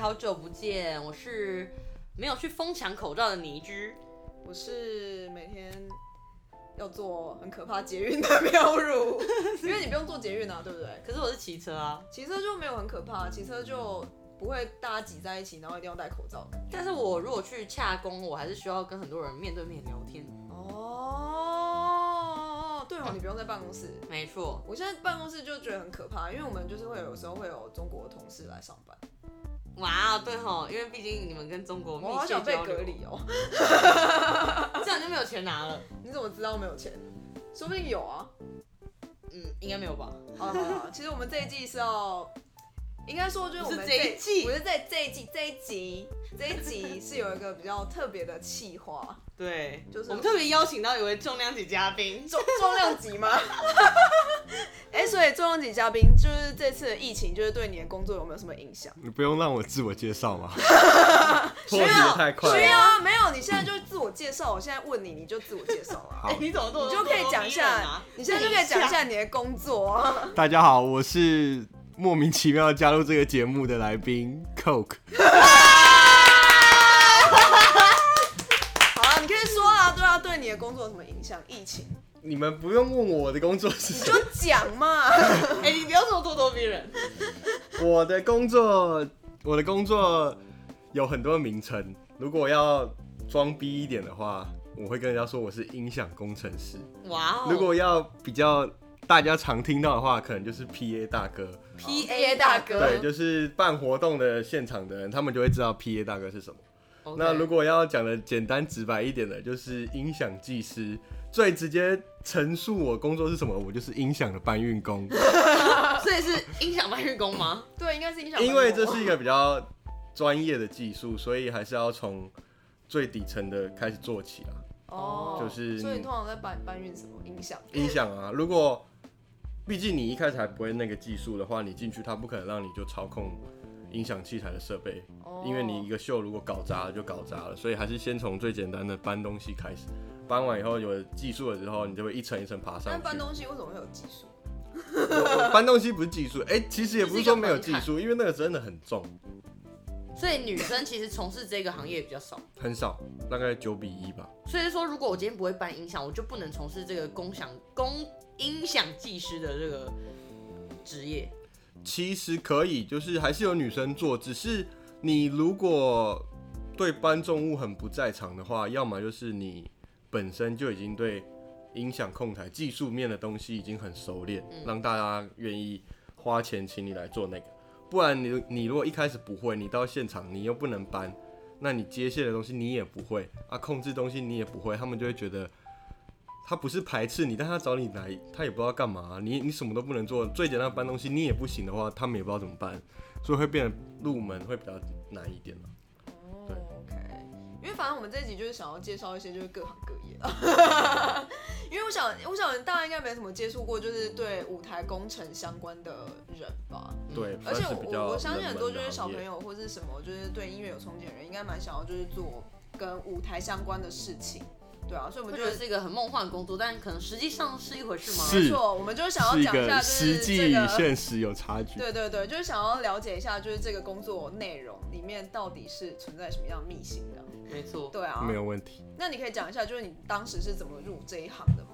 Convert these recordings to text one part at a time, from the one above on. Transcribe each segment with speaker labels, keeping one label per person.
Speaker 1: 好久不见，我是没有去疯抢口罩的倪居。
Speaker 2: 我是每天要做很可怕捷运的喵乳，因为你不用做捷运啊，对不对？
Speaker 1: 可是我是骑车啊，
Speaker 2: 骑车就没有很可怕，骑车就不会大家挤在一起，然后一定要戴口罩。
Speaker 1: 但是我如果去洽公，我还是需要跟很多人面对面聊天。
Speaker 2: 哦，对哦，你不用在办公室。
Speaker 1: 没错，
Speaker 2: 我现在办公室就觉得很可怕，因为我们就是会有时候会有中国的同事来上班，
Speaker 1: 哇，对吼，因为毕竟你们跟中国密
Speaker 2: 我好
Speaker 1: 切
Speaker 2: 想被
Speaker 1: 交流
Speaker 2: 隔离啊哦。
Speaker 1: 这样就没有钱拿了。
Speaker 2: 你怎么知道没有钱？说不定有啊。
Speaker 1: 嗯，应该没有吧？
Speaker 2: 好了好了，好了其实我们这一季是要，应该说就是我们
Speaker 1: 不是这一季
Speaker 2: 不是在这一季这一集这一集是有一个比较特别的企划，
Speaker 1: 对，
Speaker 2: 就是
Speaker 1: 我们特别邀请到一位重量级嘉宾，
Speaker 2: 重重量级 吗？哎、所以重量级嘉宾就是这次的疫情，就是对你的工作有没有什么影响？
Speaker 3: 你不用让我自我介绍 吗？脱
Speaker 2: 需
Speaker 3: 离的
Speaker 2: 要
Speaker 3: 太快
Speaker 2: 需
Speaker 3: 了。
Speaker 2: 要没有？你现在就自我介绍，我现在问你，你就自我介绍啊。
Speaker 3: 好
Speaker 1: 哎，你怎么做？
Speaker 2: 你就可以讲一下，你现在就可以讲一下你的工作。
Speaker 3: 大家好，我是莫名其妙加入这个节目的来宾 Coke。
Speaker 2: 好啊，你可以说啊，对啊，对你的工作有什么影响？疫情
Speaker 3: 你们不用问我的工作是什
Speaker 2: 就讲嘛。
Speaker 1: 哎、你不要这么咄咄逼人。
Speaker 3: 么，我的工作，我的工作有很多名称。如果要装逼一点的话，我会跟人家说我是音响工程师。
Speaker 1: 哇哦！
Speaker 3: 如果要比较大家常听到的话，可能就是 PA 大哥。
Speaker 1: P
Speaker 2: PA 大哥
Speaker 3: 对，就是办活动的现场的人，他们就会知道 PA 大哥是什么。那如果要讲的简单直白一点的，就是音响技师。最直接陈述我工作是什么，我就是音响的搬运工，
Speaker 1: 啊所以是音响搬运工吗？
Speaker 2: 对，应该是影响。
Speaker 3: 因为这是一个比较专业的技术，所以还是要从最底层的开始做起啊。
Speaker 2: 哦，
Speaker 3: 就是
Speaker 2: 所以你通常在搬搬运什么影响？
Speaker 3: 音响啊，如果毕竟你一开始还不会那个技术的话，你进去他不可能让你就操控音响器材的设备，
Speaker 2: 哦
Speaker 3: 因为你一个秀如果搞砸了就搞砸了，所以还是先从最简单的搬东西开始。搬完以后有了技术了之后，你就会一层一层爬上
Speaker 2: 但
Speaker 3: 去。
Speaker 2: 搬东西为什么会有技术？
Speaker 3: 我 搬东西不是技术，哎、其实也不是说没有技
Speaker 1: 这是
Speaker 3: 术，因为那个真的很重，
Speaker 1: 所以女生其实从事这个行业比较少。
Speaker 3: 很少，大概九比一吧。
Speaker 1: 所以说，如果我今天不会搬音响，我就不能从事这个工响工音响技师的这个职业。
Speaker 3: 其实可以，就是还是有女生做，只是你如果对搬重物很不在场的话，要么就是你本身就已经对音响控台技术面的东西已经很熟练，让大家愿意花钱请你来做那个。不然你你如果一开始不会，你到现场你又不能搬，那你接线的东西你也不会啊，控制东西你也不会，他们就会觉得他不是排斥你，但他找你来，他也不知道干嘛、你你什么都不能做，最简单的搬东西你也不行的话，他们也不知道怎么办，所以会变得入门会比较难一点了。
Speaker 2: 哦
Speaker 3: 对
Speaker 2: ，OK。因为反正我们这一集就是想要介绍一些就是各行各业， 因为我想我想大家应该没什么接触过，就是对舞台工程相关的人吧。
Speaker 3: 对，
Speaker 2: 而且
Speaker 3: 算是比较
Speaker 2: 我我相信很多
Speaker 3: 冷
Speaker 2: 就
Speaker 3: 门
Speaker 2: 是
Speaker 3: 的
Speaker 2: 小
Speaker 3: 行业
Speaker 2: 朋友或是什么，就是对音乐有憧憬的人，应该蛮想要就是做跟舞台相关的事情，对啊，所以
Speaker 1: 我
Speaker 2: 我们
Speaker 1: 觉
Speaker 2: 就
Speaker 1: 得是一个很梦幻的工作，但可能实际上是一回事吗？
Speaker 3: 是
Speaker 2: 没错，我们就是想要
Speaker 3: 是一
Speaker 2: 讲一下
Speaker 3: 个
Speaker 2: 就
Speaker 3: 实
Speaker 2: 是
Speaker 3: 际
Speaker 2: 这
Speaker 3: 与
Speaker 2: 个，
Speaker 3: 现实有差距。
Speaker 2: 对对对，就是想要了解一下就是这个工作内容里面到底是存在什么样的秘辛的，
Speaker 1: 没错。
Speaker 2: 对啊，
Speaker 3: 没有问题。
Speaker 2: 那你可以讲一下，就是你当时是怎么入这一行的吗？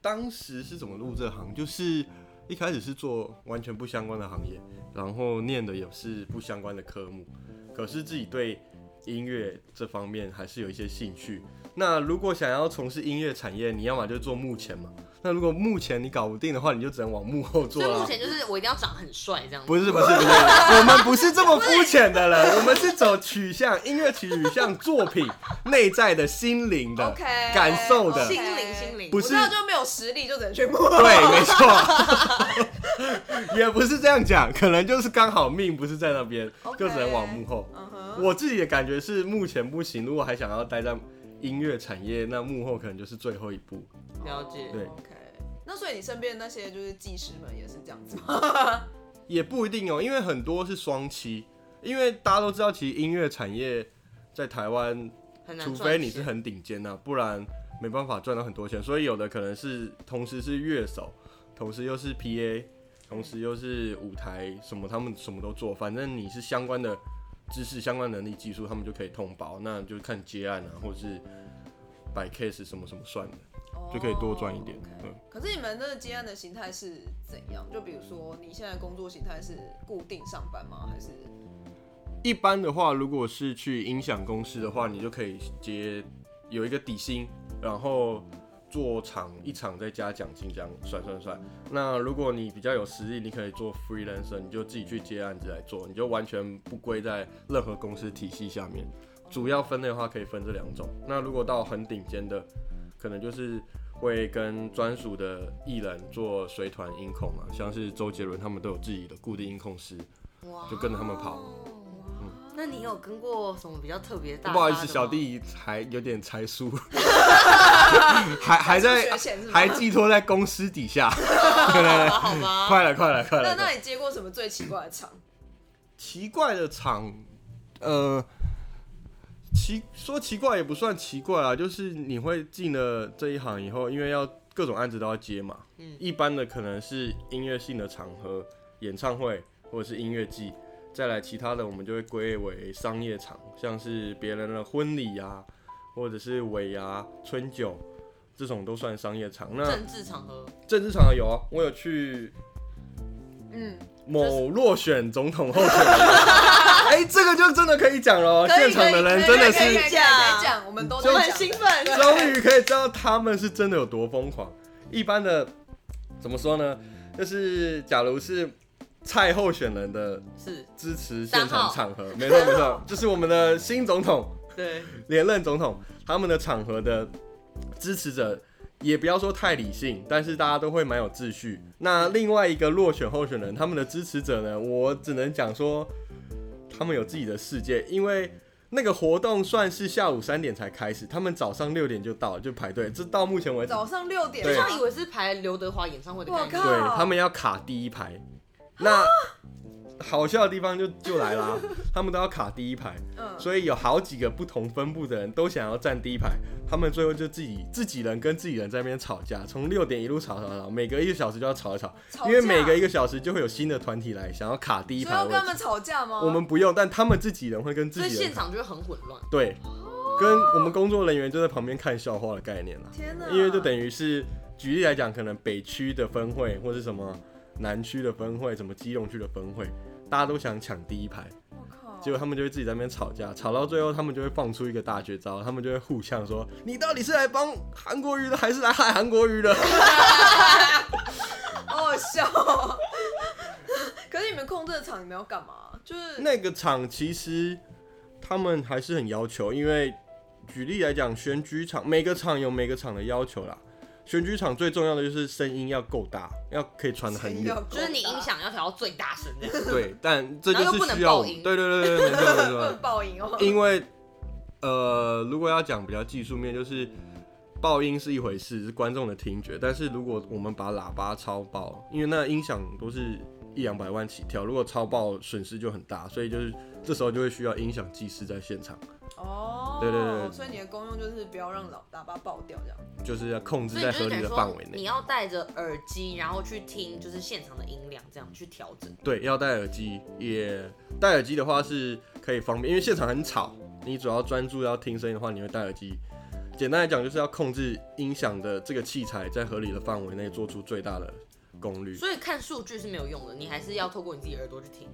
Speaker 3: 当时是怎么入这行？就是一开始是做完全不相关的行业，然后念的也是不相关的科目，可是自己对音乐这方面还是有一些兴趣。那如果想要从事音乐产业，你要么就做幕前嘛。那如果幕前你搞不定的话，你就只能往幕后
Speaker 1: 所
Speaker 3: 做
Speaker 1: 以
Speaker 3: 了
Speaker 1: 目。前就是我一定要长很帅这样子。
Speaker 3: 不是不是不是，我们不是这么肤浅的人，我们是走取向音乐取向作品内在的心灵的
Speaker 2: OK，
Speaker 3: 感受的
Speaker 2: OK
Speaker 1: 心灵心灵
Speaker 3: 不
Speaker 2: 我
Speaker 3: 是
Speaker 2: 知道就没有实力，就只能去摸。
Speaker 3: 对，没错， 也不是这样讲，可能就是刚好命不是在那边
Speaker 2: OK
Speaker 3: 就只能往幕后。
Speaker 2: 嗯哼，
Speaker 3: 我自己的感觉是目前不行，如果还想要待在音乐产业，那幕后可能就是最后一步。
Speaker 1: 了解。
Speaker 3: 对
Speaker 2: OK，那所以你身边的那些就是技师们也是这样子吗？
Speaker 3: 也不一定哦，因为很多是双栖，因为大家都知道，其实音乐产业在台湾，
Speaker 1: 很难
Speaker 3: 除
Speaker 1: 赚钱。
Speaker 3: 非你是很顶尖的、啊不然没办法赚到很多钱。所以有的可能是同时是乐手，同时又是 PA，同时又是舞台什么，他们什么都做，反正你是相关的知识相关能力、技术，他们就可以通报，那就看接案啊，或者是摆 case 什么什么算的， 就可以多赚一点
Speaker 2: 哦。OK
Speaker 3: 嗯，
Speaker 2: 可是你们那个接案的形态是怎样？就比如说你现在工作形态是固定上班吗？还是
Speaker 3: 一般的话，如果是去音响公司的话，你就可以接有一个底薪，然后做场一场再加奖金这样算算算。那如果你比较有实力，你可以做 freelancer，你就自己去接案子来做，你就完全不归在任何公司体系下面。主要分类的话，可以分这两种。那如果到很顶尖的，可能就是会跟专属的艺人做随团音控嘛，像是周杰伦他们都有自己的固定音控师，
Speaker 1: 哇
Speaker 3: 就跟着他们跑。
Speaker 1: 那你有跟过什么比较特别大咖的吗？
Speaker 3: 不好意思，小弟还有点才疏， 还还在
Speaker 2: 还是学浅是吗
Speaker 3: 还寄托在公司底下，
Speaker 1: 啊，好吧，
Speaker 3: 快了快了快
Speaker 2: 哦 那
Speaker 3: 了！
Speaker 2: 那你接过什么最奇怪的场？
Speaker 3: 奇怪的场，呃，奇说奇怪也不算奇怪啊，就是你会进了这一行以后，因为要各种案子都要接嘛，
Speaker 1: 嗯
Speaker 3: 一般的可能是音乐性的场合，演唱会或者是音乐季，再来其他的我们就会归为商业场，像是别人的婚礼啊，或者是尾牙、春酒这种都算商业场。那
Speaker 1: 政治场合
Speaker 3: 政治场合有啊，我有去
Speaker 2: 嗯，
Speaker 3: 某落选总统候选 人，哎、这个就真的可以讲了哦，
Speaker 2: 可以
Speaker 3: 现场的人真的
Speaker 2: 可以可以可以
Speaker 3: 是
Speaker 2: 可以
Speaker 1: 讲
Speaker 2: 讲，我们都在
Speaker 1: 我很
Speaker 2: 讲
Speaker 1: 兴奋，
Speaker 3: 终于可以知道他们是真的有多疯狂。一般的怎么说呢？就是假如是蔡候选人的
Speaker 1: 是
Speaker 3: 支持现场场合，没错
Speaker 2: 三号
Speaker 3: 没错，就是我们的新总统
Speaker 1: 对，
Speaker 3: 连任总统他们的场合的支持者。也不要说太理性，但是大家都会蛮有秩序。那另外一个落选候选人，他们的支持者呢，我只能讲说，他们有自己的世界，因为那个活动算是下午三点才开始，他们早上六点就到了，就排队。这到目前为止，
Speaker 2: 早上六点，
Speaker 3: 对
Speaker 1: 像以为是排刘德华演唱会的
Speaker 2: 我
Speaker 1: 感觉
Speaker 2: 靠，
Speaker 3: 对他们要卡第一排。那好笑的地方就就来啦，他们都要卡第一排，
Speaker 2: 嗯，
Speaker 3: 所以有好几个不同分部的人都想要站第一排，他们最后就自己自己人跟自己人在那边吵架，从六点一路吵吵吵，每隔一个小时就要吵一吵，
Speaker 2: 吵架
Speaker 3: 因为每隔一个小时就会有新的团体来想要卡第一
Speaker 2: 所以
Speaker 3: 排
Speaker 2: 要
Speaker 3: 的
Speaker 2: 跟
Speaker 3: 位
Speaker 2: 他们
Speaker 3: 置。
Speaker 2: 吵啊架吗？
Speaker 3: 我们不用，但他们自己人会跟
Speaker 1: 所
Speaker 3: 自
Speaker 1: 以
Speaker 3: 己人
Speaker 1: 现场就会很混乱。
Speaker 3: 对，跟我们工作人员就在旁边看笑话的概念啦。
Speaker 2: 天哪，
Speaker 3: 因为就等于是举例来讲，可能北区的分会或是什么南区的分会，什么基隆区的分会，大家都想抢第一排，
Speaker 2: 我靠，
Speaker 3: 结果他们就会自己在那边吵架，吵到最后他们就会放出一个大绝招，他们就会互相说：“你到底是来帮韩国瑜的，还是来害韩国瑜的
Speaker 2: 好好笑哦。可是你们控制的场，你们要干嘛？就？”是
Speaker 3: 那个场其实他们还是很要求，因为举例来讲，选举场每个场有每个场的要求啦。选举场最重要的就是声音要够大，要可以传得很远。
Speaker 1: 就是你音响要调到最大声的，
Speaker 3: 对，但这
Speaker 1: 然后
Speaker 3: 就
Speaker 1: 又不
Speaker 3: 是
Speaker 1: 能
Speaker 3: 需要
Speaker 1: 爆
Speaker 3: 我们
Speaker 1: 音
Speaker 3: 对对对对，没错没
Speaker 2: 不
Speaker 3: 错
Speaker 2: 能，报应哦。
Speaker 3: 因为呃，如果要讲比较技术面，就是爆音是一回事，是观众的听觉，但是如果我们把喇叭超爆，因为那音响都是一两百万起跳，如果超爆损失就很大，所以就是这时候就会需要音响技师在现场，
Speaker 2: 哦，
Speaker 3: 对对对
Speaker 2: 所以你的功用就是不要让老喇叭爆掉这样。
Speaker 3: 就是要控制
Speaker 1: 所以
Speaker 3: 在
Speaker 1: 就
Speaker 3: 合
Speaker 1: 是等
Speaker 3: 理
Speaker 1: 于
Speaker 3: 的范
Speaker 1: 说
Speaker 3: 围
Speaker 1: 你
Speaker 3: 内。
Speaker 1: 要戴着耳机，然后去听就是现场的音量，这样去调整。
Speaker 3: 对，要戴耳机，也戴耳机的话是可以方便，因为现场很吵，你主要专注要听声音的话，你会戴耳机。简单来讲，就是要控制音响的这个器材在合理的范围内做出最大的功率。
Speaker 1: 所以看数据是没有用的，你还是要透过你自己耳朵去听。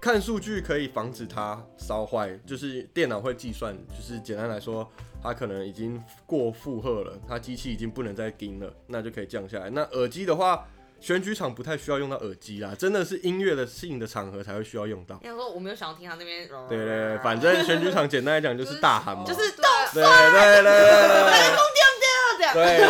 Speaker 3: 看数据可以防止它烧坏，就是电脑会计算，就是简单来说，它可能已经过负荷了，它机器已经不能再盯了，那就可以降下来。那耳机的话，选举场不太需要用到耳机啦，真的是音乐的性的场合才会需要用到。
Speaker 1: 你想说我没有想要听他那边，
Speaker 3: 对对对，反正选举场简单来讲就是大喊嘛，
Speaker 1: 就是
Speaker 2: 动
Speaker 3: 对对对对对对，对对，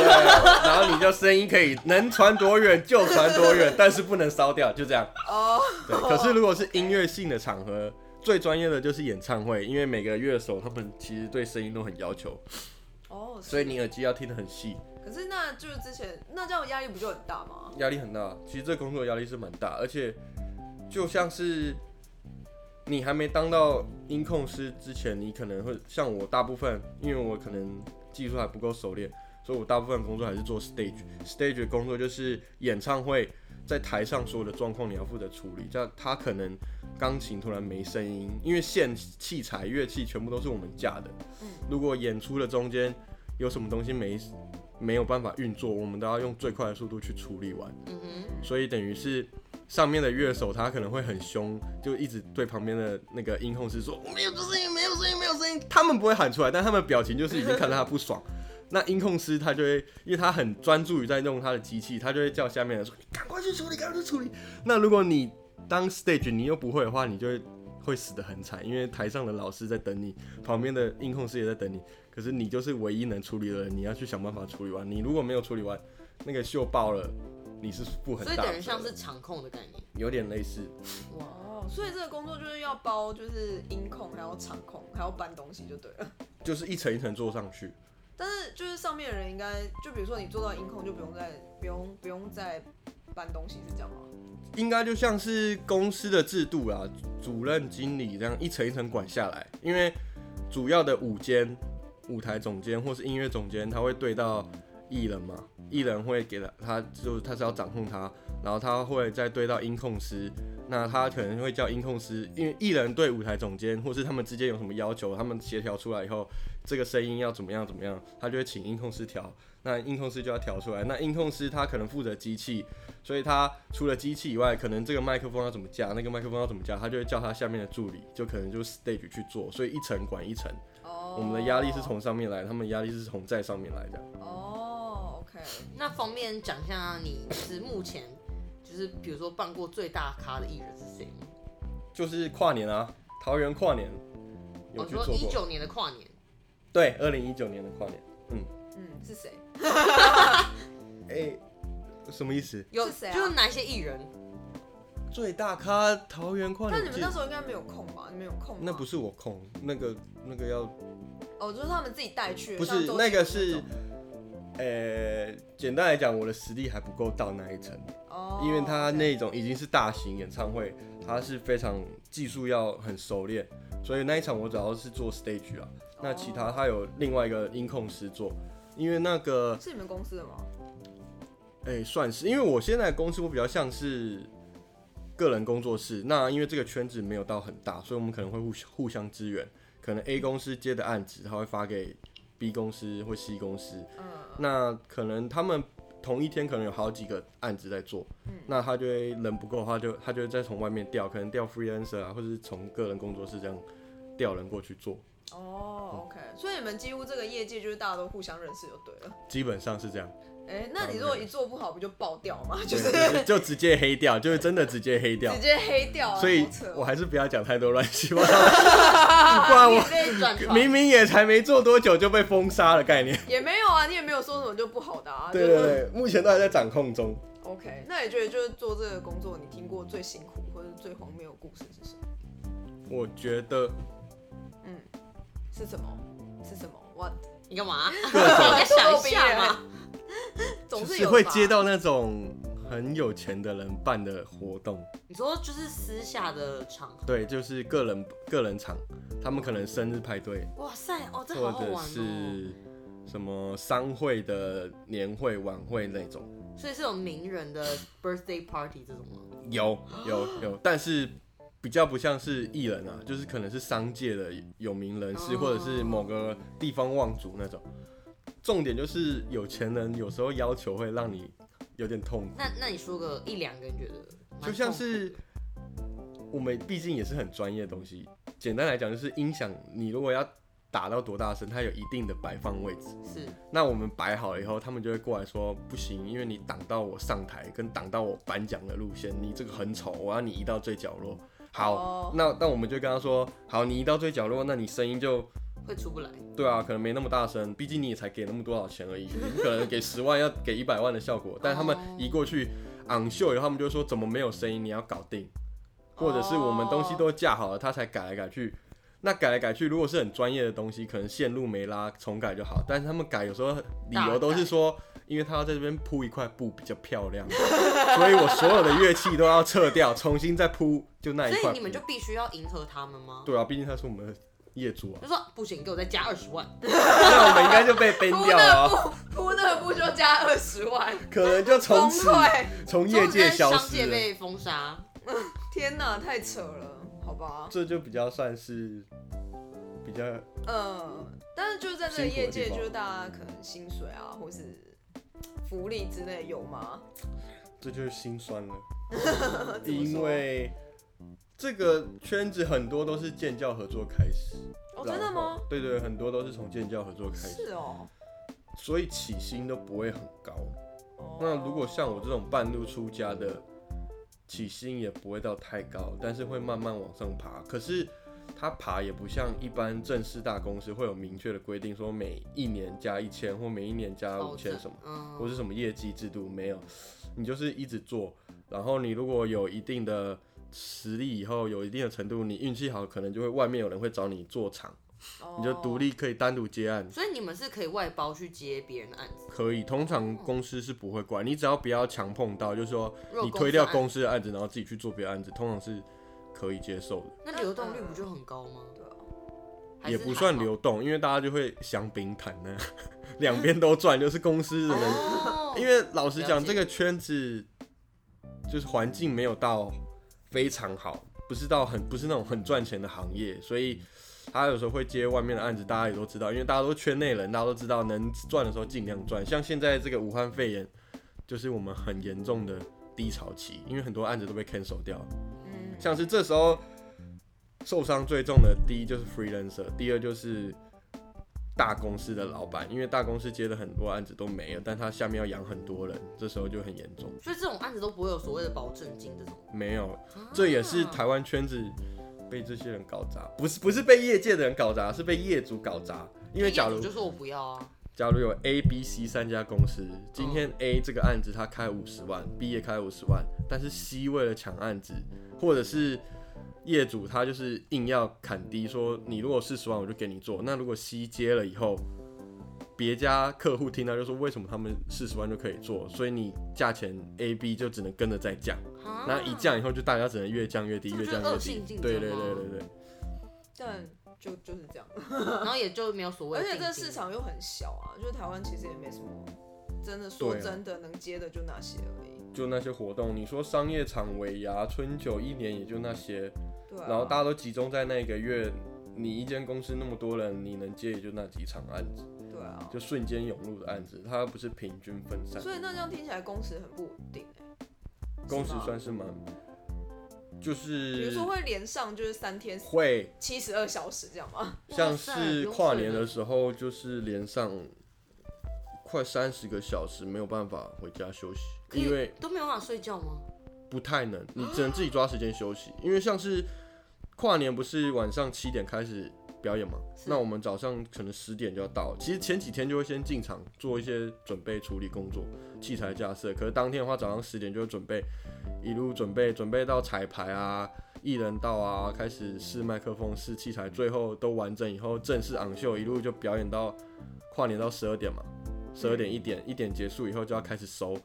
Speaker 3: 然后你就声音可以能传多远就传多远，但是不能烧掉，就这样。
Speaker 2: 哦，
Speaker 3: 对，可是如果是音乐性的场合，最专业的就是演唱会，因为每个乐手他们其实对声音都很要求，
Speaker 2: 哦，
Speaker 3: 所以你耳机要听得很细，
Speaker 2: 可是那就是之前那这样压力不就很大吗？
Speaker 3: 压力很大。其实这工作压力是蛮大，而且就像是你还没当到音控师之前，你可能会像我大部分，因为我可能技术还不够熟练，所以我大部分工作还是做 stage。stage 的工作就是演唱会在台上所有的状况你要负责处理。这样他可能钢琴突然没声音，因为线、器材、乐器全部都是我们架的。
Speaker 2: 嗯
Speaker 3: 如果演出的中间有什么东西没没有办法运作，我们都要用最快的速度去处理完。
Speaker 1: 嗯哼，
Speaker 3: 所以等于是上面的乐手他可能会很凶，就一直对旁边的那个音控师说没有声音，没有声音，没有声音。他们不会喊出来，但他们表情就是已经看到他不爽。那音控师他就会，因为他很专注于在弄他的机器，他就会叫下面的人说：“你赶快去处理，赶快去处理。”那如果你当 stage 你又不会的话，你就会会死得很惨，因为台上的老师在等你，旁边的音控师也在等你，可是你就是唯一能处理的人，你要去想办法处理完。你如果没有处理完，那个秀爆了，你是负很
Speaker 1: 所以
Speaker 3: 大
Speaker 1: 等
Speaker 3: 的责
Speaker 1: 于
Speaker 3: 任，
Speaker 1: 像是场控的概念。
Speaker 3: 有点类似，
Speaker 1: 哇，
Speaker 2: 哦，所以这个工作就是要包，就是音控，还要场控，还要搬东西就对了。
Speaker 3: 就是一层一层做上去。
Speaker 2: 但是就是上面的人应该，就比如说你做到音控，就不用再不用不用再搬东西，是这样吗？
Speaker 3: 应该就像是公司的制度啦，主任、经理这样一层一层管下来。因为主要的舞监、舞台总监或是音乐总监，他会对到艺人嘛，艺人会给他，他就是他是要掌控他，然后他会再对到音控师，那他可能会叫音控师，因为艺人对舞台总监或是他们之间有什么要求，他们协调出来以后，这个声音要怎么样怎么样，他就会请音控师调，那音控师就要调出来，那音控师他可能负责机器，所以他除了机器以外，可能这个麦克风要怎么架，那个麦克风要怎么架，他就会叫他下面的助理，就可能就 stage 去做，所以一层管一层。
Speaker 2: 哦，
Speaker 3: 我们的压力是从上面来，他们压力是从在上面来的。
Speaker 2: 哦，OK，
Speaker 1: 那方便讲一下你就是目前就是比如说办过最大咖的艺人是谁吗？
Speaker 3: 就是跨年啊，桃园跨年有
Speaker 1: 我
Speaker 3: 去
Speaker 1: 哦说
Speaker 2: 哦
Speaker 3: 做
Speaker 1: 一
Speaker 3: 过，
Speaker 1: 九年的跨年，
Speaker 3: 对，二零一九年的跨年，
Speaker 2: 嗯，是谁？
Speaker 3: 哎、什么意思？
Speaker 1: 有
Speaker 2: 是谁啊
Speaker 1: 就是哪一些艺人？
Speaker 3: 最大咖桃园跨
Speaker 2: 但
Speaker 3: 年
Speaker 2: 你们
Speaker 3: 季
Speaker 2: 那时候应该没有空吧？你们有空吗？
Speaker 3: 那不是我控，那个那个要
Speaker 2: 哦，就是他们自己带去的，
Speaker 3: 不是
Speaker 2: 像周杰伦
Speaker 3: 那个
Speaker 2: 种
Speaker 3: 是，呃，简单来讲，我的实力还不够到那一层。
Speaker 2: 哦，
Speaker 3: 因为他那种已经是大型演唱会，他是非常技术要很熟练，所以那一场我主要是做 stage 啊，
Speaker 2: 哦
Speaker 3: 那其他他有另外一个音控师做，因为那个
Speaker 2: OK 是你们公司的吗？
Speaker 3: 哎、算是，因为我现在的公司我比较像是个人工作室，那因为这个圈子没有到很大，所以我们可能会互互相支援，可能 A 公司接的案子他会发给 B 公司或 C 公司，
Speaker 2: 嗯，
Speaker 3: 那可能他们同一天可能有好几个案子在做，
Speaker 2: 嗯
Speaker 3: 那他就会人不够的话就，他就会再从外面调，可能调 freelancer 啊，或者是从个人工作室这样调人过去做，
Speaker 2: 哦，OK，所以你们几乎这个业界就是大家都互相认识就对了。
Speaker 3: 基本上是这样，
Speaker 2: 哎，那你如果一做不好，不就爆掉吗？就
Speaker 3: 对
Speaker 2: 是
Speaker 3: 就是就直接黑掉，就是真的直接黑掉
Speaker 2: 直。接黑掉啊，
Speaker 3: 所以
Speaker 2: 好扯哦
Speaker 3: 我还是不要讲太多乱七八糟的，不然我
Speaker 1: 被转传
Speaker 3: 明明也才没做多久就被封杀的概念。
Speaker 2: 也没有啊，你也没有说什么就不好的啊。
Speaker 3: 对
Speaker 2: 就
Speaker 3: 对对，目前都还在掌控中。
Speaker 2: OK，那你觉得就是做这个工作，你听过最辛苦或者最荒谬的故事是什么？
Speaker 3: 我觉得
Speaker 2: 是什么？是什么？我
Speaker 1: 你干嘛？
Speaker 3: 各种
Speaker 1: 你在想一下嘛。
Speaker 2: 总
Speaker 3: 就是是
Speaker 2: 有
Speaker 3: 会
Speaker 2: 吧
Speaker 3: 接 到那种很有钱的人办的活动，
Speaker 1: 你说就是私下的场合，
Speaker 3: 对，就是个人个人场，他们可能生日派对，
Speaker 1: 哇塞，哦，这
Speaker 3: 或
Speaker 1: 好好
Speaker 3: 者
Speaker 1: 玩哦。
Speaker 3: 是什么商会的年会晚会那种，
Speaker 1: 所以是有名人的 birthday party 这种吗？
Speaker 3: 有有 有，但是比较不像是艺人啊，就是可能是商界的有名人士，
Speaker 1: 哦
Speaker 3: 或者是某个地方望族那种。重点就是有钱人有时候要求会让你有点痛苦。
Speaker 1: 那那你说个一两个，你觉得蛮
Speaker 3: 就像
Speaker 1: 痛苦
Speaker 3: 是我们毕竟也是很专业的东西，简单来讲就是音响，你如果要打到多大声，它有一定的摆放位置。
Speaker 1: 是
Speaker 3: 那我们摆好了以后，他们就会过来说不行，因为你挡到我上台跟挡到我颁奖的路线，你这个很丑，我要你移到最角落。好，
Speaker 2: 哦
Speaker 3: 那那我们就跟他说，好，你移到最角落，那你声音就
Speaker 1: 会出不来。
Speaker 3: 对啊，可能没那么大声，毕竟你也才给那么多少钱 而已，你不可能给十万要给一百万的效果。但
Speaker 1: 哦
Speaker 3: 他们移过去昂秀以后，他们就说怎么没有声音，你要搞定，或者是我们东西都架好了，他才改来改去。那改来改去，如果是很专业的东西，可能线路没拉，重改就好。但是他们改有时候理由都是说，因为他要在这边铺一块布比较漂 亮，所以我所有的乐器都要撤掉，重新再铺，就那一
Speaker 1: 所
Speaker 3: 块
Speaker 1: 以
Speaker 3: 布。
Speaker 1: 你们就必须要迎合他们吗？
Speaker 3: 对啊，毕竟他是我们的业主啊，
Speaker 1: 就说不行，给我再加二十万。
Speaker 3: 那我们应该就被 ban
Speaker 2: 铺
Speaker 3: 掉了
Speaker 2: 那
Speaker 3: 啊、
Speaker 2: 布，铺那部就加二十万，
Speaker 3: 可能就
Speaker 2: 崩
Speaker 3: 从此
Speaker 2: 溃！
Speaker 3: 从
Speaker 1: 中
Speaker 3: 业界
Speaker 1: 间
Speaker 3: 消
Speaker 1: 商界
Speaker 3: 失了。
Speaker 1: 被封杀，
Speaker 2: 天哪，太扯了，好吧？
Speaker 3: 这就比较算是比较
Speaker 2: 嗯，但是就是在这个业界，
Speaker 3: 辛苦的地方
Speaker 2: 就是大家可能薪水啊，或是福利之类有吗？
Speaker 3: 这就是心酸了，
Speaker 2: 怎么说
Speaker 3: 因为这个圈子很多都是建教合作开始。
Speaker 2: 哦，真的
Speaker 3: 然
Speaker 2: 吗
Speaker 3: 后？？对对，很多都是从建教合作开始，
Speaker 2: 是哦。
Speaker 3: 所以起薪都不会很高。
Speaker 2: 哦
Speaker 3: 那如果像我这种半路出家的，起薪也不会到太高，但是会慢慢往上爬。可是它爬也不像一般正式大公司会有明确的规定，说每一年加一千或每一年加
Speaker 1: 保
Speaker 3: 五千
Speaker 1: 证
Speaker 3: 什么。，
Speaker 1: 嗯，
Speaker 3: 或是什么业绩制度没有，你就是一直做，然后你如果有一定的实力，以后有一定的程度，你运气好，可能就会外面有人会找你做厂，你就独
Speaker 2: 立。
Speaker 3: 立可以单独接案，
Speaker 1: 所以你们是可以外包去接别人的案子，
Speaker 3: 可以。通常公司是不会管你，只要不要强碰到，就是说
Speaker 1: 如果
Speaker 3: 你
Speaker 1: 公司
Speaker 3: 推掉
Speaker 1: 案
Speaker 3: 公司的案子，然后自己去做别的案子，通常是可以接受的，
Speaker 1: 那流动率不就很高吗？
Speaker 2: 对啊
Speaker 1: 还是
Speaker 3: 也不算
Speaker 1: 还好
Speaker 3: 流动，因为大家就会想饼谈呢， 两边都赚，就是公司的人
Speaker 1: 哦
Speaker 3: 因为老实
Speaker 1: 了
Speaker 3: 讲，
Speaker 1: 解
Speaker 3: 这个圈子就是环境没有到非常好，不是到很不是那种很赚钱的行业，所以他有时候会接外面的案子，大家也都知道，因为大家都圈内人，大家都知道能赚的时候尽量赚。像现在这个武汉肺炎，就是我们很严重的低潮期，因为很多案子都被 cancel 掉了。
Speaker 2: 嗯，
Speaker 3: 像是这时候受伤最重的，第一就是 freelancer，第二就是大公司的老板，因为大公司接的很多案子都没了，但他下面要养很多人，这时候就很严重。
Speaker 1: 所以这种案子都不会有所谓的保证金这种，
Speaker 3: 没有，
Speaker 1: 啊
Speaker 3: 这也是台湾圈子被这些人搞砸，不是不是被业界的人搞砸，是被业主搞砸。因为假
Speaker 1: 业
Speaker 3: 如
Speaker 1: 主就说我不要啊，
Speaker 3: 假如有 A、B、C 三家公司，今天
Speaker 1: 嗯
Speaker 3: A 这个案子他开五十万，B 也开五十万，但是 C 为了抢案子，或者是业主他就是硬要砍低，说你如果四十万我就给你做。那如果 C 接了以后，别家客户听到就说为什么他们四十万就可以做，所以你价钱 A、B 就只能跟着再降，
Speaker 1: 啊
Speaker 3: 那一降以后就大家只能越降越低，
Speaker 1: 这
Speaker 3: 越
Speaker 1: 不就是
Speaker 3: 降越
Speaker 1: 恶性
Speaker 3: 低
Speaker 1: 竞。争
Speaker 3: 对对
Speaker 1: 吗
Speaker 3: 对对对，
Speaker 2: 但就就是这样。
Speaker 1: 然后也就没有所谓
Speaker 2: 而
Speaker 1: 的定
Speaker 2: 且
Speaker 1: 金，
Speaker 2: 这市场又很小啊，就是台湾其实也没什么，真的说
Speaker 3: 对啊
Speaker 2: 真的能接的就那些而已。
Speaker 3: 就那些活动，你说商业场尾牙、春酒一年也就那些。
Speaker 2: 对啊。
Speaker 3: 然后大家都集中在那一个月，你一间公司那么多人，你能接也就那几场案子，
Speaker 2: 对啊。
Speaker 3: 就瞬间涌入的案子，它不是平均分散，
Speaker 2: 所以那这样听起来工时很不稳定哎、欸。
Speaker 3: 工时
Speaker 2: 是吗
Speaker 3: 算是蛮，就是
Speaker 2: 比如说会连上就是三天
Speaker 3: 会
Speaker 2: 七十二小时这样吗？
Speaker 1: 哇塞
Speaker 3: 像是
Speaker 1: 有
Speaker 3: 跨
Speaker 1: 水
Speaker 3: 年
Speaker 1: 呢
Speaker 3: 的时候，就是连上快三十个小时没有办法回家休息，
Speaker 1: 可以
Speaker 3: 因为
Speaker 1: 都没有办法睡觉吗？
Speaker 3: 不太能，你只能自己抓时间休息，因为像是跨年不是晚上七点开始表演嘛，
Speaker 1: 是
Speaker 3: 那我们早上可能十点就要到，其实前几天就会先进场做一些准备处理工作，器材架设，可是当天的话早上十点就会准备，一路准备准备到彩排啊。艺人到啊，开始试麦克风、试器材，最后都完整以后，正式昂秀一路就表演到跨年到十二点嘛，十二点一点一点结束以后就要开始收，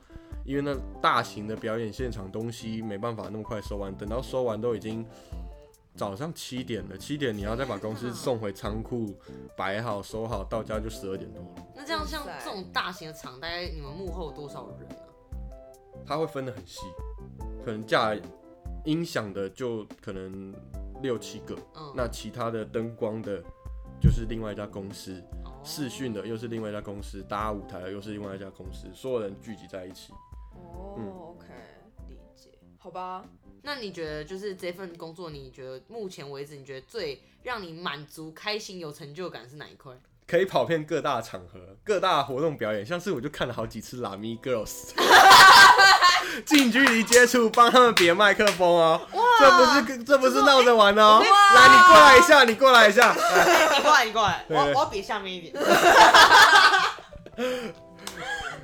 Speaker 3: 因为那大型的表演现场东西没办法那么快收完，等到收完都已经早上七点了，七点你要再把公司
Speaker 1: 天哪
Speaker 3: 送回仓库摆好收好，到家就十二点多了。
Speaker 1: 那这样像
Speaker 2: 哇塞
Speaker 1: 这种大型的厂，大概你们幕后有多少人啊？
Speaker 3: 它会分得很细，可能架音响的就可能六七个，
Speaker 1: 嗯，
Speaker 3: 那其他的灯光的，就是另外一家公司，
Speaker 1: 哦
Speaker 3: 视讯的又是另外一家公司，搭舞台的又是另外一家公司，所有人聚集在一起。
Speaker 2: 哦、
Speaker 3: 嗯
Speaker 2: o k 理解。好吧，
Speaker 1: 那你觉得就是这份工作，你觉得目前为止，你觉得最让你满足、开心、有成就感是哪一块？
Speaker 3: 可以跑遍各大场合、各大活动表演，像是我就看了好几次拉米 Girls，近距离接触，帮他们别麦克风哦，这不是这不是闹着玩的哦，来你过来一下，你过来一下，来
Speaker 1: 你过来，你过来，
Speaker 3: 我对
Speaker 1: 我要比下面一点。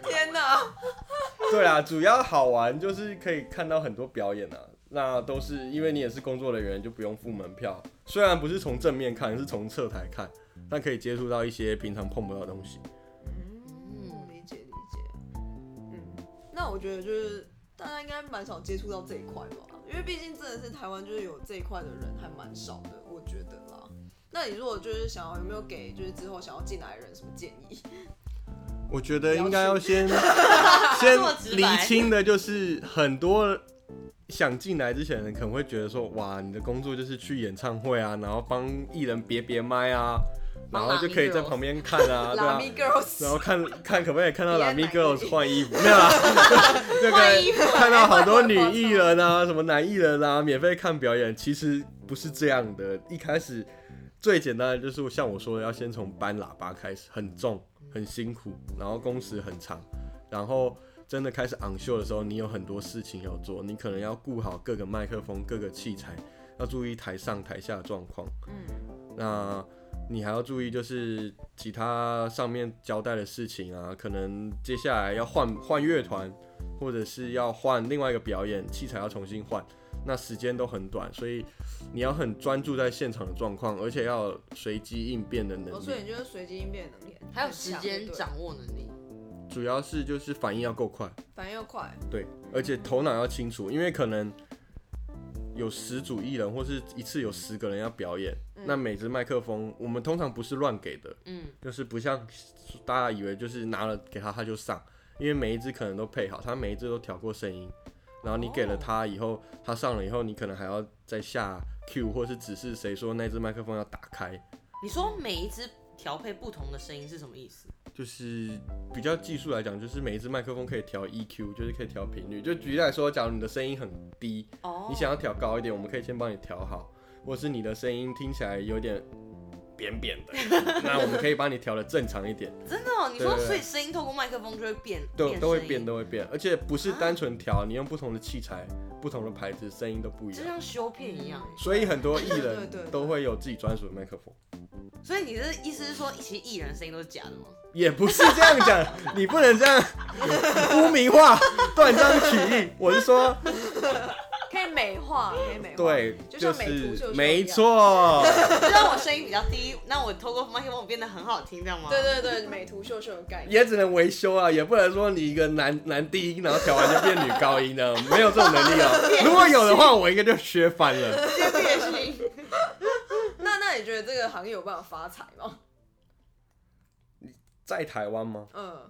Speaker 2: 天哪！
Speaker 3: 对啊，主要好玩就是可以看到很多表演啊，那都是因为你也是工作人员，就不用付门票，虽然不是从正面看，是从侧台看，但可以接触到一些平常碰不到的东西。
Speaker 2: 嗯， 理解理解。嗯，那我觉得就是大家应该蛮少接触到这一块吧，因为毕竟真的是台湾就是有这一块的人还蛮少的，我觉得啦。那你如果就是想要有没有给就是之后想要进来的人什么建议？
Speaker 3: 我觉得应该 要先先
Speaker 1: 这么直
Speaker 3: 厘
Speaker 1: 白
Speaker 3: 清的，就是很多想进来之前的人可能会觉得说，哇，你的工作就是去演唱会啊，然后帮艺人别别麦啊，然
Speaker 1: 帮
Speaker 3: 后就可以
Speaker 1: Lami
Speaker 3: 在
Speaker 1: Girls
Speaker 3: 旁边看啊，
Speaker 2: 拉
Speaker 3: 对啊，
Speaker 2: 米
Speaker 3: 然
Speaker 2: girls，
Speaker 3: 后看看可不可以看到
Speaker 2: 别
Speaker 3: 拉
Speaker 2: 买
Speaker 3: 米
Speaker 2: 个衣
Speaker 3: girls 换衣服，没有 啦，就可
Speaker 1: 换
Speaker 3: 以
Speaker 1: 衣服啊
Speaker 3: 看到好多女艺人啊，什么男艺人啊，免费看表演，其实不是这样的。一开始最简单的就是像我说的，要先从搬喇叭开始，很重，很辛苦，然后工时很长，然后真的开始昂秀的时候，你有很多事情要做，你可能要顾好各个麦克风、各个器材，要注意台上台下的状况。
Speaker 2: 嗯，
Speaker 3: 那你还要注意，就是其他上面交代的事情啊，可能接下来要换换乐团，或者是要换另外一个表演器材，要重新换，那时间都很短，所以你要很专注在现场的状况，而且要有随机应变的能
Speaker 2: 哦，所以
Speaker 3: 力。
Speaker 2: 你就是随机应变能力很强，
Speaker 1: 还有时间
Speaker 2: 对，
Speaker 1: 掌握能力。
Speaker 3: 主要是就是反应要够快，
Speaker 2: 反应又快，
Speaker 3: 对，而且头脑要清楚，因为可能有十组艺人或是一次有十个人要表演，
Speaker 2: 嗯
Speaker 3: 那每支麦克风我们通常不是乱给的。
Speaker 1: 嗯，
Speaker 3: 就是不像大家以为就是拿了给他他就上，因为每一只可能都配好，他每一只都调过声音，然后你给了他以后，他上了以后，你可能还要再下 Q 或是指示谁说那只麦克风要打开，
Speaker 1: 你说每一支调配不同的声音是什么意思？
Speaker 3: 就是比较技术来讲，就是每一只麦克风可以调 EQ，就是可以调频率。就举例来说，假如你的声音很低，
Speaker 1: 哦
Speaker 3: 你想要调高一点，我们可以先帮你调好，或是你的声音听起来有点扁扁的， 那我们可以帮你调的正常一点。
Speaker 1: 真的哦？你说
Speaker 3: 对对对
Speaker 1: 所以声音透过麦克风就会变，
Speaker 3: 都都会
Speaker 1: 声音
Speaker 3: 变，，都会变，而且不
Speaker 2: 啊
Speaker 3: 是单纯调，你用不同的器材、不同的牌子，声音都不一
Speaker 1: 就
Speaker 3: 样。
Speaker 1: 像修片一样欸。
Speaker 3: 所以很多 艺
Speaker 2: 对
Speaker 3: 人
Speaker 2: 对对
Speaker 3: 都会有自己专属的麦克风，
Speaker 2: 嗯
Speaker 1: 所以你的意思是说，其实艺人的声音都是假的吗？
Speaker 3: 也不是这样讲，你不能这样 污名化、断章取义。我是说，
Speaker 2: 可以美化，可以美化，
Speaker 3: 对，
Speaker 2: 就
Speaker 3: 就
Speaker 2: 像美图秀秀
Speaker 3: 是
Speaker 2: 一样
Speaker 3: 没错，
Speaker 1: 就让我声音比较低，那我透过麦克风变得很好听，这样吗？
Speaker 2: 对对对，美图秀秀的概念，
Speaker 3: 也只能维修啊，也不能说你一个男男低音，然后调完就变女高音的，没有这种能力 哦。如果有的话，我应该就削翻了。
Speaker 1: 对，变性。
Speaker 2: 那那你觉得这个行业有办法发财吗？
Speaker 3: 在台湾吗？
Speaker 2: 嗯，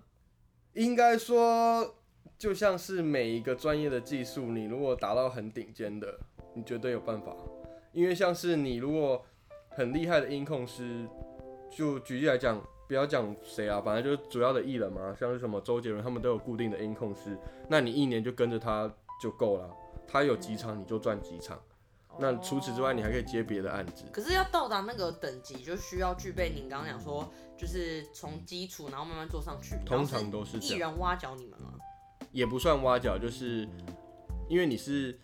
Speaker 3: 应该说，就像是每一个专业的技术，你如果达到很顶尖的，你绝对有办法。因为像是你如果很厉害的音控师，就举例来讲，不要讲谁啊，反正就是主要的艺人嘛，像是什么周杰伦，他们都有固定的音控师，那你一年就跟着他就够了。他有几场你就赚几场，那除此之外你还可以接别的案子。
Speaker 1: 可是要到达那个等级，就需要具备您刚刚讲说，就是从基础，然后慢慢做上去。
Speaker 3: 通常都是
Speaker 1: 然后
Speaker 3: 这
Speaker 1: 艺
Speaker 3: 样，
Speaker 1: 人挖角你们吗？
Speaker 3: 也不算挖角，就是因为你是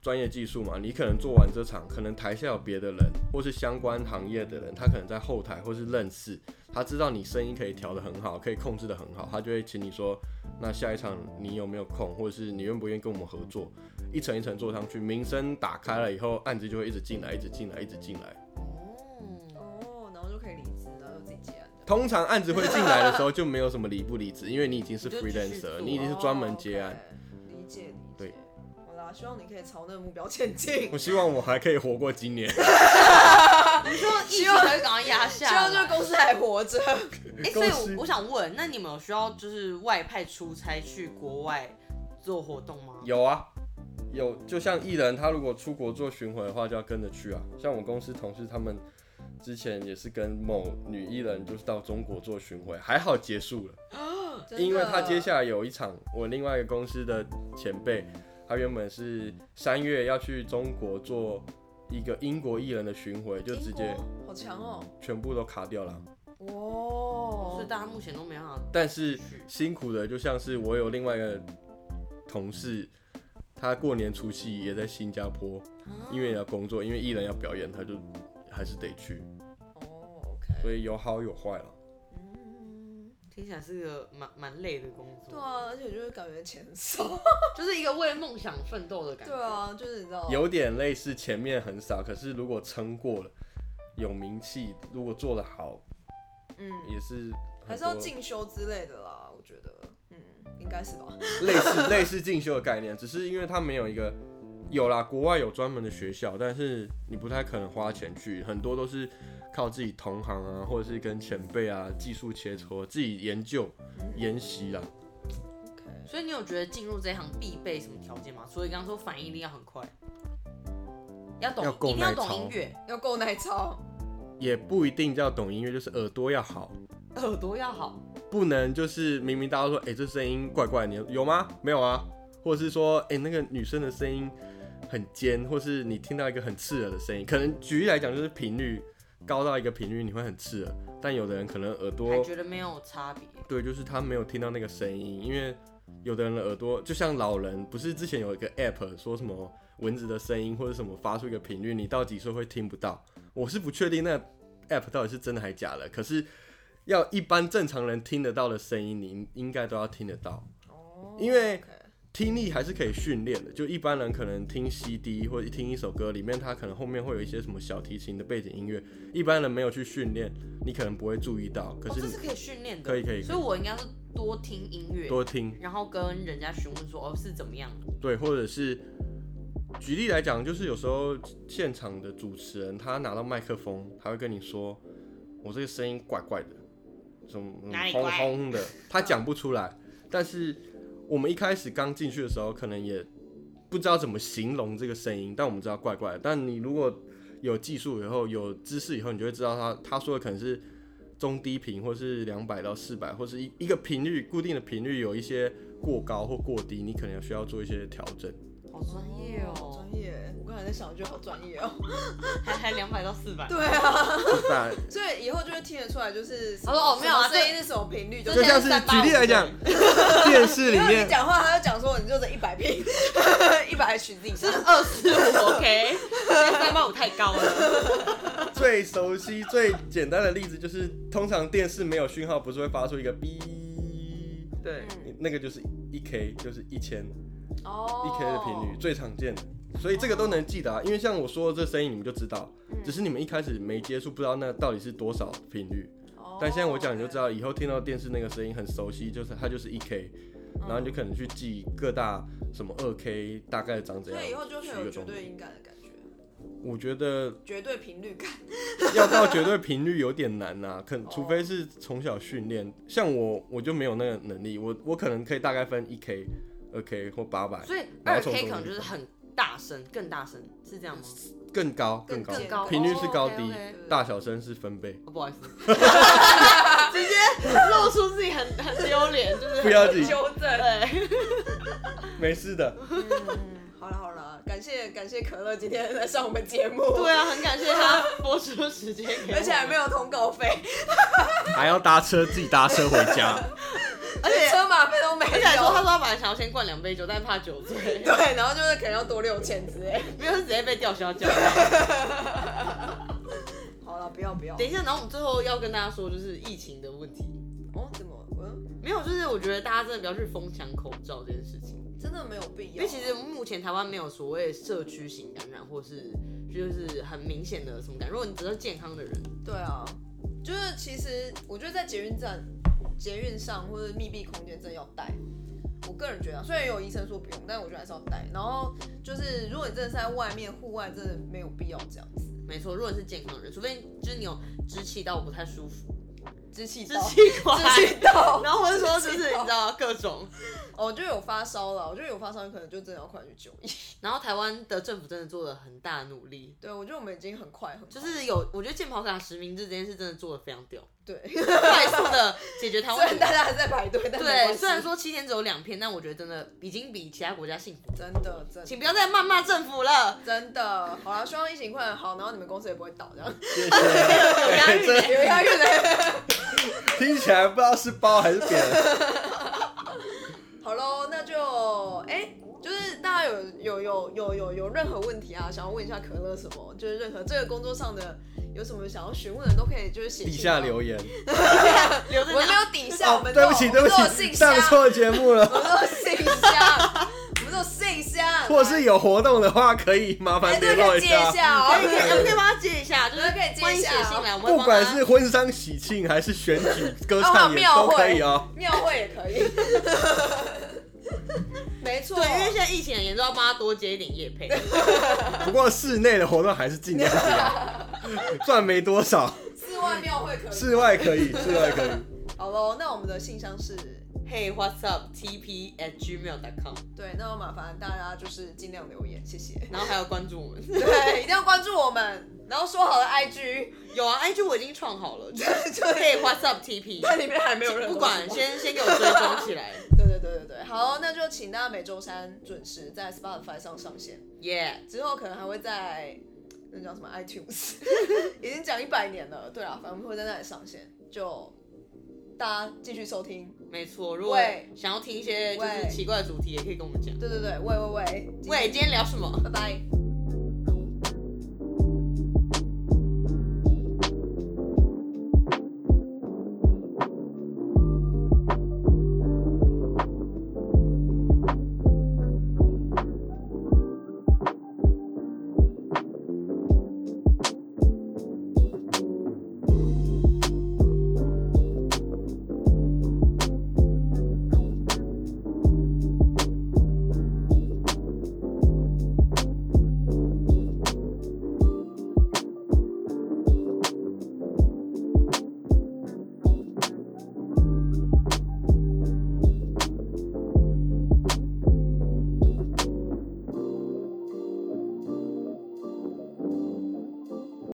Speaker 3: 专业技术嘛，你可能做完这场，可能台下有别的人，或是相关行业的人，他可能在后台或是认识，他知道你声音可以调得很好，可以控制得很好，他就会请你说，那下一场你有没有空，或者是你愿不愿意跟我们合作，一层一层做上去，名声打开了以后，案子就会一直进来，一直进来，一直进来。
Speaker 1: 哦，
Speaker 2: 哦，然后就可以离职，然后就自己接案这样。
Speaker 3: 通常案子会进来的时候就没有什么离不离职，因为你已经是
Speaker 1: 你就继续
Speaker 3: freelancer，
Speaker 1: 做
Speaker 3: 你已经是专门接案。
Speaker 2: 哦，OK，理解理解。
Speaker 3: 对，
Speaker 2: 好啦，希望你可以朝那个目标前进。
Speaker 3: 我希望我还可以活过今年。
Speaker 1: 你说艺人赶快压
Speaker 2: 希
Speaker 1: 下来，
Speaker 2: 望这个啊公司还活着。
Speaker 1: 哎、所以
Speaker 3: 公司
Speaker 1: 我我想问，那你们有需要就是外派出差去国外做活动吗？
Speaker 3: 有啊，有，就像艺人他如果出国做巡回的话，就要跟着去啊。像我公司同事他们之前也是跟某女艺人就是到中国做巡回，还好结束了，
Speaker 2: 真的
Speaker 3: 因为他接下来有一场我另外一个公司的前辈，他原本是三月要去中国做一个英国艺人的巡回，就直接
Speaker 2: 英国好强哦。
Speaker 3: 全部都卡掉了。
Speaker 1: 所
Speaker 2: 哦
Speaker 1: 以，大家目前都没办法
Speaker 3: 但是
Speaker 1: 去。
Speaker 3: 辛苦的，就像是我有另外一个同事，他过年除夕也在新加坡，因为要工作，因为艺人要表演，他就还是得去，
Speaker 2: 哦，OK，
Speaker 3: 所以有好有坏了。
Speaker 2: 嗯，
Speaker 1: 听起来是个蛮蛮累的工作，
Speaker 2: 对啊，而且就是感觉钱少，
Speaker 1: 就是一个为梦想奋斗的感觉。
Speaker 2: 对，啊，就是你知道，
Speaker 3: 有点类似前面很少，可是如果撑过了，有名气，如果做得好，
Speaker 2: 嗯，
Speaker 3: 也是
Speaker 2: 还
Speaker 3: 很
Speaker 2: 是要
Speaker 3: 多
Speaker 2: 进修之类的啦，我觉得，嗯，应该是吧。
Speaker 3: 类似类似进修的概念，只是因为他没有一个有啦，国外有专门的学校，但是你不太可能花钱去，很多都是靠自己同行啊，或者是跟前辈啊技术切磋，自己研究
Speaker 2: 嗯
Speaker 3: 研习啦。
Speaker 2: OK，
Speaker 1: 所以你有觉得进入这一行必备什么条件吗？所以刚刚说反应力要很快，要懂
Speaker 3: 要够
Speaker 1: 一定要
Speaker 3: 耐
Speaker 1: 懂
Speaker 3: 操
Speaker 1: 音乐，
Speaker 2: 要够耐操，
Speaker 3: 也不一定要懂音乐，就是耳朵要好，
Speaker 1: 耳朵要好，
Speaker 3: 不能就是明明大家都说，哎、这声音怪怪的，你有吗？没有啊，或者是说，哎、那个女生的声音很尖，或是你听到一个很刺耳的声音，可能举例来讲就是频率高到一个频率你会很刺耳，但有的人可能耳朵
Speaker 1: 还觉得没有差别。
Speaker 3: 对，就是他没有听到那个声音，因为有的人的耳朵就像老人，不是之前有一个 app 说什么蚊子的声音或者什么发出一个频率，你到几岁会听不到？我是不确定那个 app 到底是真的还假的，可是要一般正常人听得到的声音，你应该都要听得到。
Speaker 2: 哦
Speaker 3: 因为
Speaker 2: OK
Speaker 3: 听力还是可以训练的，就一般人可能听 CD 或者听一首歌，里面它可能后面会有一些什么小提琴的背景音乐，一般人没有去训练，你可能不会注意到，可
Speaker 1: 哦，
Speaker 3: 是
Speaker 1: 这
Speaker 3: 你
Speaker 1: 是可以训练的，
Speaker 3: 可以可以可以
Speaker 1: 所以我应该是多听音乐，
Speaker 3: 多听。
Speaker 1: 然后跟人家询问说哦是怎么样的，
Speaker 3: 对，或者是举例来讲，就是有时候现场的主持人他拿到麦克风，他会跟你说：“我这个声音怪怪的，怎么嗯
Speaker 1: 哪里
Speaker 3: 轰
Speaker 1: 怪
Speaker 3: 轰的。”他讲不出来，但是我们一开始刚进去的时候，可能也不知道怎么形容这个声音，但我们知道怪怪的。但你如果有技术以后，有知识以后，你就会知道他他说的可能是中低频，或是两百到四百，或是一一个频率固定的频率有一些过高或过低，你可能需要做一些调整。
Speaker 1: 好专业
Speaker 2: 好
Speaker 1: 哦，
Speaker 2: 专业，我刚才在想，我觉得好专业 哦。
Speaker 1: 还还两百到四百，
Speaker 2: 对啊，
Speaker 3: 就大家
Speaker 2: 所以以后就会听得出来，就是
Speaker 1: 他说哦没有啊
Speaker 2: 什么声音是什么频率，就
Speaker 1: 这
Speaker 3: 就
Speaker 2: 这样。
Speaker 3: 像是举例来讲，电视里
Speaker 2: 因为
Speaker 3: 面
Speaker 2: 你讲话，他就讲说你就是一 百平，一百 HD，
Speaker 1: 是二四五 OK，三八五太高了，
Speaker 3: 最熟悉、最简单的例子就是，通常电视没有讯号，不是会发出一个“哔”，
Speaker 2: 对
Speaker 3: 那个就是一 K，就是一千一
Speaker 2: 哦
Speaker 3: K 的频率，最常见的。所以这个都能记得、啊，因为像我说的这声音，你们就知道，只是你们一开始没接触，不知道那到底是多少频率。
Speaker 2: 哦
Speaker 3: 但现在我讲，你就知道，以后听到电视那个声音很熟悉，就是它就是一 K，然后你就可能去记各大什么二 K 大概长怎
Speaker 2: 所
Speaker 3: 样。
Speaker 2: 以以后就会
Speaker 3: 取一
Speaker 2: 有
Speaker 3: 个
Speaker 2: 绝
Speaker 3: 中
Speaker 2: 对音感的感觉，
Speaker 3: 我觉得
Speaker 2: 绝对频率感。
Speaker 3: 要到绝对频率有点难呐、啊可
Speaker 2: 哦
Speaker 3: 除非是从小训练，像我我就没有那个能力，我我可能可以大概分一 k、二 k 或八百，
Speaker 1: 所以
Speaker 3: 哎然
Speaker 1: 二
Speaker 3: 后从
Speaker 1: K
Speaker 3: 中
Speaker 1: 可能就是很大声，更大声，是这样吗？
Speaker 3: 更高
Speaker 2: 更
Speaker 3: 高，
Speaker 1: 更高，
Speaker 3: 频率是高低，
Speaker 1: 哦，OK，OK
Speaker 3: 大小声是分 贝，
Speaker 1: 哦不好意思，直接露出自己很很丢脸，就是
Speaker 3: 不要紧
Speaker 1: 纠正，对，
Speaker 3: 没事的，
Speaker 2: 嗯， 好了好了，感谢感谢可乐今天来上我们节目，
Speaker 1: 对，啊，很感谢他播出时间给我，
Speaker 2: 而且还没有通告费，
Speaker 3: 还要搭车自己搭车回家，
Speaker 1: 而且
Speaker 2: 连车马费都没有。
Speaker 1: 而且还说，他说他本来想要先灌两杯酒，但是怕酒醉，
Speaker 2: 对，然后就是可能要多六千之类。
Speaker 1: 没有是直接被吊销驾照。
Speaker 2: 好了，不要不要。
Speaker 1: 等一下，然后我们最后要跟大家说，就是疫情的问题。
Speaker 2: 哦，怎么？嗯，
Speaker 1: 没有，就是我觉得大家真的不要去疯抢口罩这件事情，
Speaker 2: 真的没有啊必
Speaker 1: 因
Speaker 2: 要。
Speaker 1: 为其实目前台湾没有所谓社区型感染，或是就是很明显的什么感染。如果你只是健康的人，
Speaker 2: 对啊，就是其实我觉得在捷运站、捷运上或者密闭空间真的要戴。我个人觉得啊、虽然有医生说不用，但我觉得还是要戴。然后就是，如果你真的是在外面户外，真的没有必要这样子。
Speaker 1: 没错，如果你是健康的人，除非就是你有支气道不太舒服，
Speaker 2: 支气
Speaker 1: 支
Speaker 2: 道，
Speaker 1: 气管，
Speaker 2: 支气道。
Speaker 1: 然后或者说就是
Speaker 2: 支
Speaker 1: 你
Speaker 2: 气道
Speaker 1: 知道各种。
Speaker 2: 哦，就有发烧了，我觉得有发烧，可能就真的要快去就医。
Speaker 1: 然后台湾的政府真的做了很大的努力，
Speaker 2: 对，我觉得我们已经很快很快
Speaker 1: 就是有我觉得健保卡实名制这件事真的做的非常屌，
Speaker 2: 对，
Speaker 1: 快速的解决台
Speaker 2: 虽
Speaker 1: 湾
Speaker 2: 然大家还在排 队，但没关
Speaker 1: 对，
Speaker 2: 系
Speaker 1: 虽然说七天只有两篇，但我觉得真的已经比其他国家幸福。
Speaker 2: 真的真
Speaker 1: 请
Speaker 2: 的
Speaker 1: 不 要再谩骂政府了，
Speaker 2: 真的好了，希望疫情快点好，然后你们公司也不会倒这样。
Speaker 3: 谢谢，
Speaker 1: 有押韵
Speaker 3: 真
Speaker 1: 欸
Speaker 3: 的
Speaker 2: 有押韵嘞。
Speaker 3: 听起来不知道是包还是扁，
Speaker 2: 好喽，那就哎、就是大家有有有有有有任何问题啊，想要问一下可乐什么，就是任何这个工作上的有什么想要询问的，都可以就是写
Speaker 3: 底
Speaker 2: 信
Speaker 3: 下
Speaker 2: 到
Speaker 3: 留言，哦
Speaker 1: 留
Speaker 2: 我
Speaker 1: 着
Speaker 2: 们没
Speaker 1: 讲。
Speaker 2: 有底下，我们都
Speaker 3: 对不起
Speaker 2: 有
Speaker 3: 对不
Speaker 2: 我们都有
Speaker 3: 起，
Speaker 2: 信箱，
Speaker 3: 上错节目了，
Speaker 2: 我们都有信箱，我们都有信箱，
Speaker 3: 或是
Speaker 2: 有
Speaker 3: 有活动的话，可以麻
Speaker 2: 哎，
Speaker 3: 烦
Speaker 2: 这
Speaker 3: 联
Speaker 2: 个可
Speaker 3: 络
Speaker 2: 以接
Speaker 3: 一
Speaker 2: 一下哦，
Speaker 1: 可以可以，我们可以帮他接一下，就是
Speaker 2: 可以接一下哦
Speaker 1: 欢迎写信来，我们会
Speaker 3: 不
Speaker 1: 帮
Speaker 3: 管
Speaker 1: 他
Speaker 3: 是婚丧喜庆还是选举、歌
Speaker 2: 哦还有
Speaker 3: 唱也
Speaker 2: 庙
Speaker 3: 都
Speaker 2: 会
Speaker 3: 可以哦。
Speaker 2: 庙会也可以， 没错，
Speaker 1: 对，因为现在疫 情很严重，要帮他多接一点业配。
Speaker 3: 不过室内的活动还是尽量不要。 赚没多少，
Speaker 2: 室外庙会可以。
Speaker 3: 室外可以，室外可以。
Speaker 2: 好喽，那我们的信箱是，
Speaker 1: Hey, what's up? TP at gmail.com，
Speaker 2: 对，那麻烦大家就是尽量留言，谢谢。
Speaker 1: 然后还要关注我们。
Speaker 2: 对，一定要关注我们，然后说好了 IG，
Speaker 1: 有啊，IG 我已经创好了，就是 Hey, what's up? TP，
Speaker 2: 但里面还没有人
Speaker 1: 不管，先先给我追踪起来。
Speaker 2: 对对对对对，好，那就请大家每周三准时在 Spotify 上上线，
Speaker 1: Yeah，
Speaker 2: 之后可能还会在那叫什么 iTunes，已 经讲一百年了，对啊，反正会在那里上线，就大家继续收听，
Speaker 1: 没错。如果
Speaker 2: 喂
Speaker 1: 想要听一些就
Speaker 2: 喂
Speaker 1: 是奇怪的主题，也可以跟我们讲。
Speaker 2: 对对对，喂喂喂，
Speaker 1: 嗯喂，今天聊什么？
Speaker 2: 拜拜。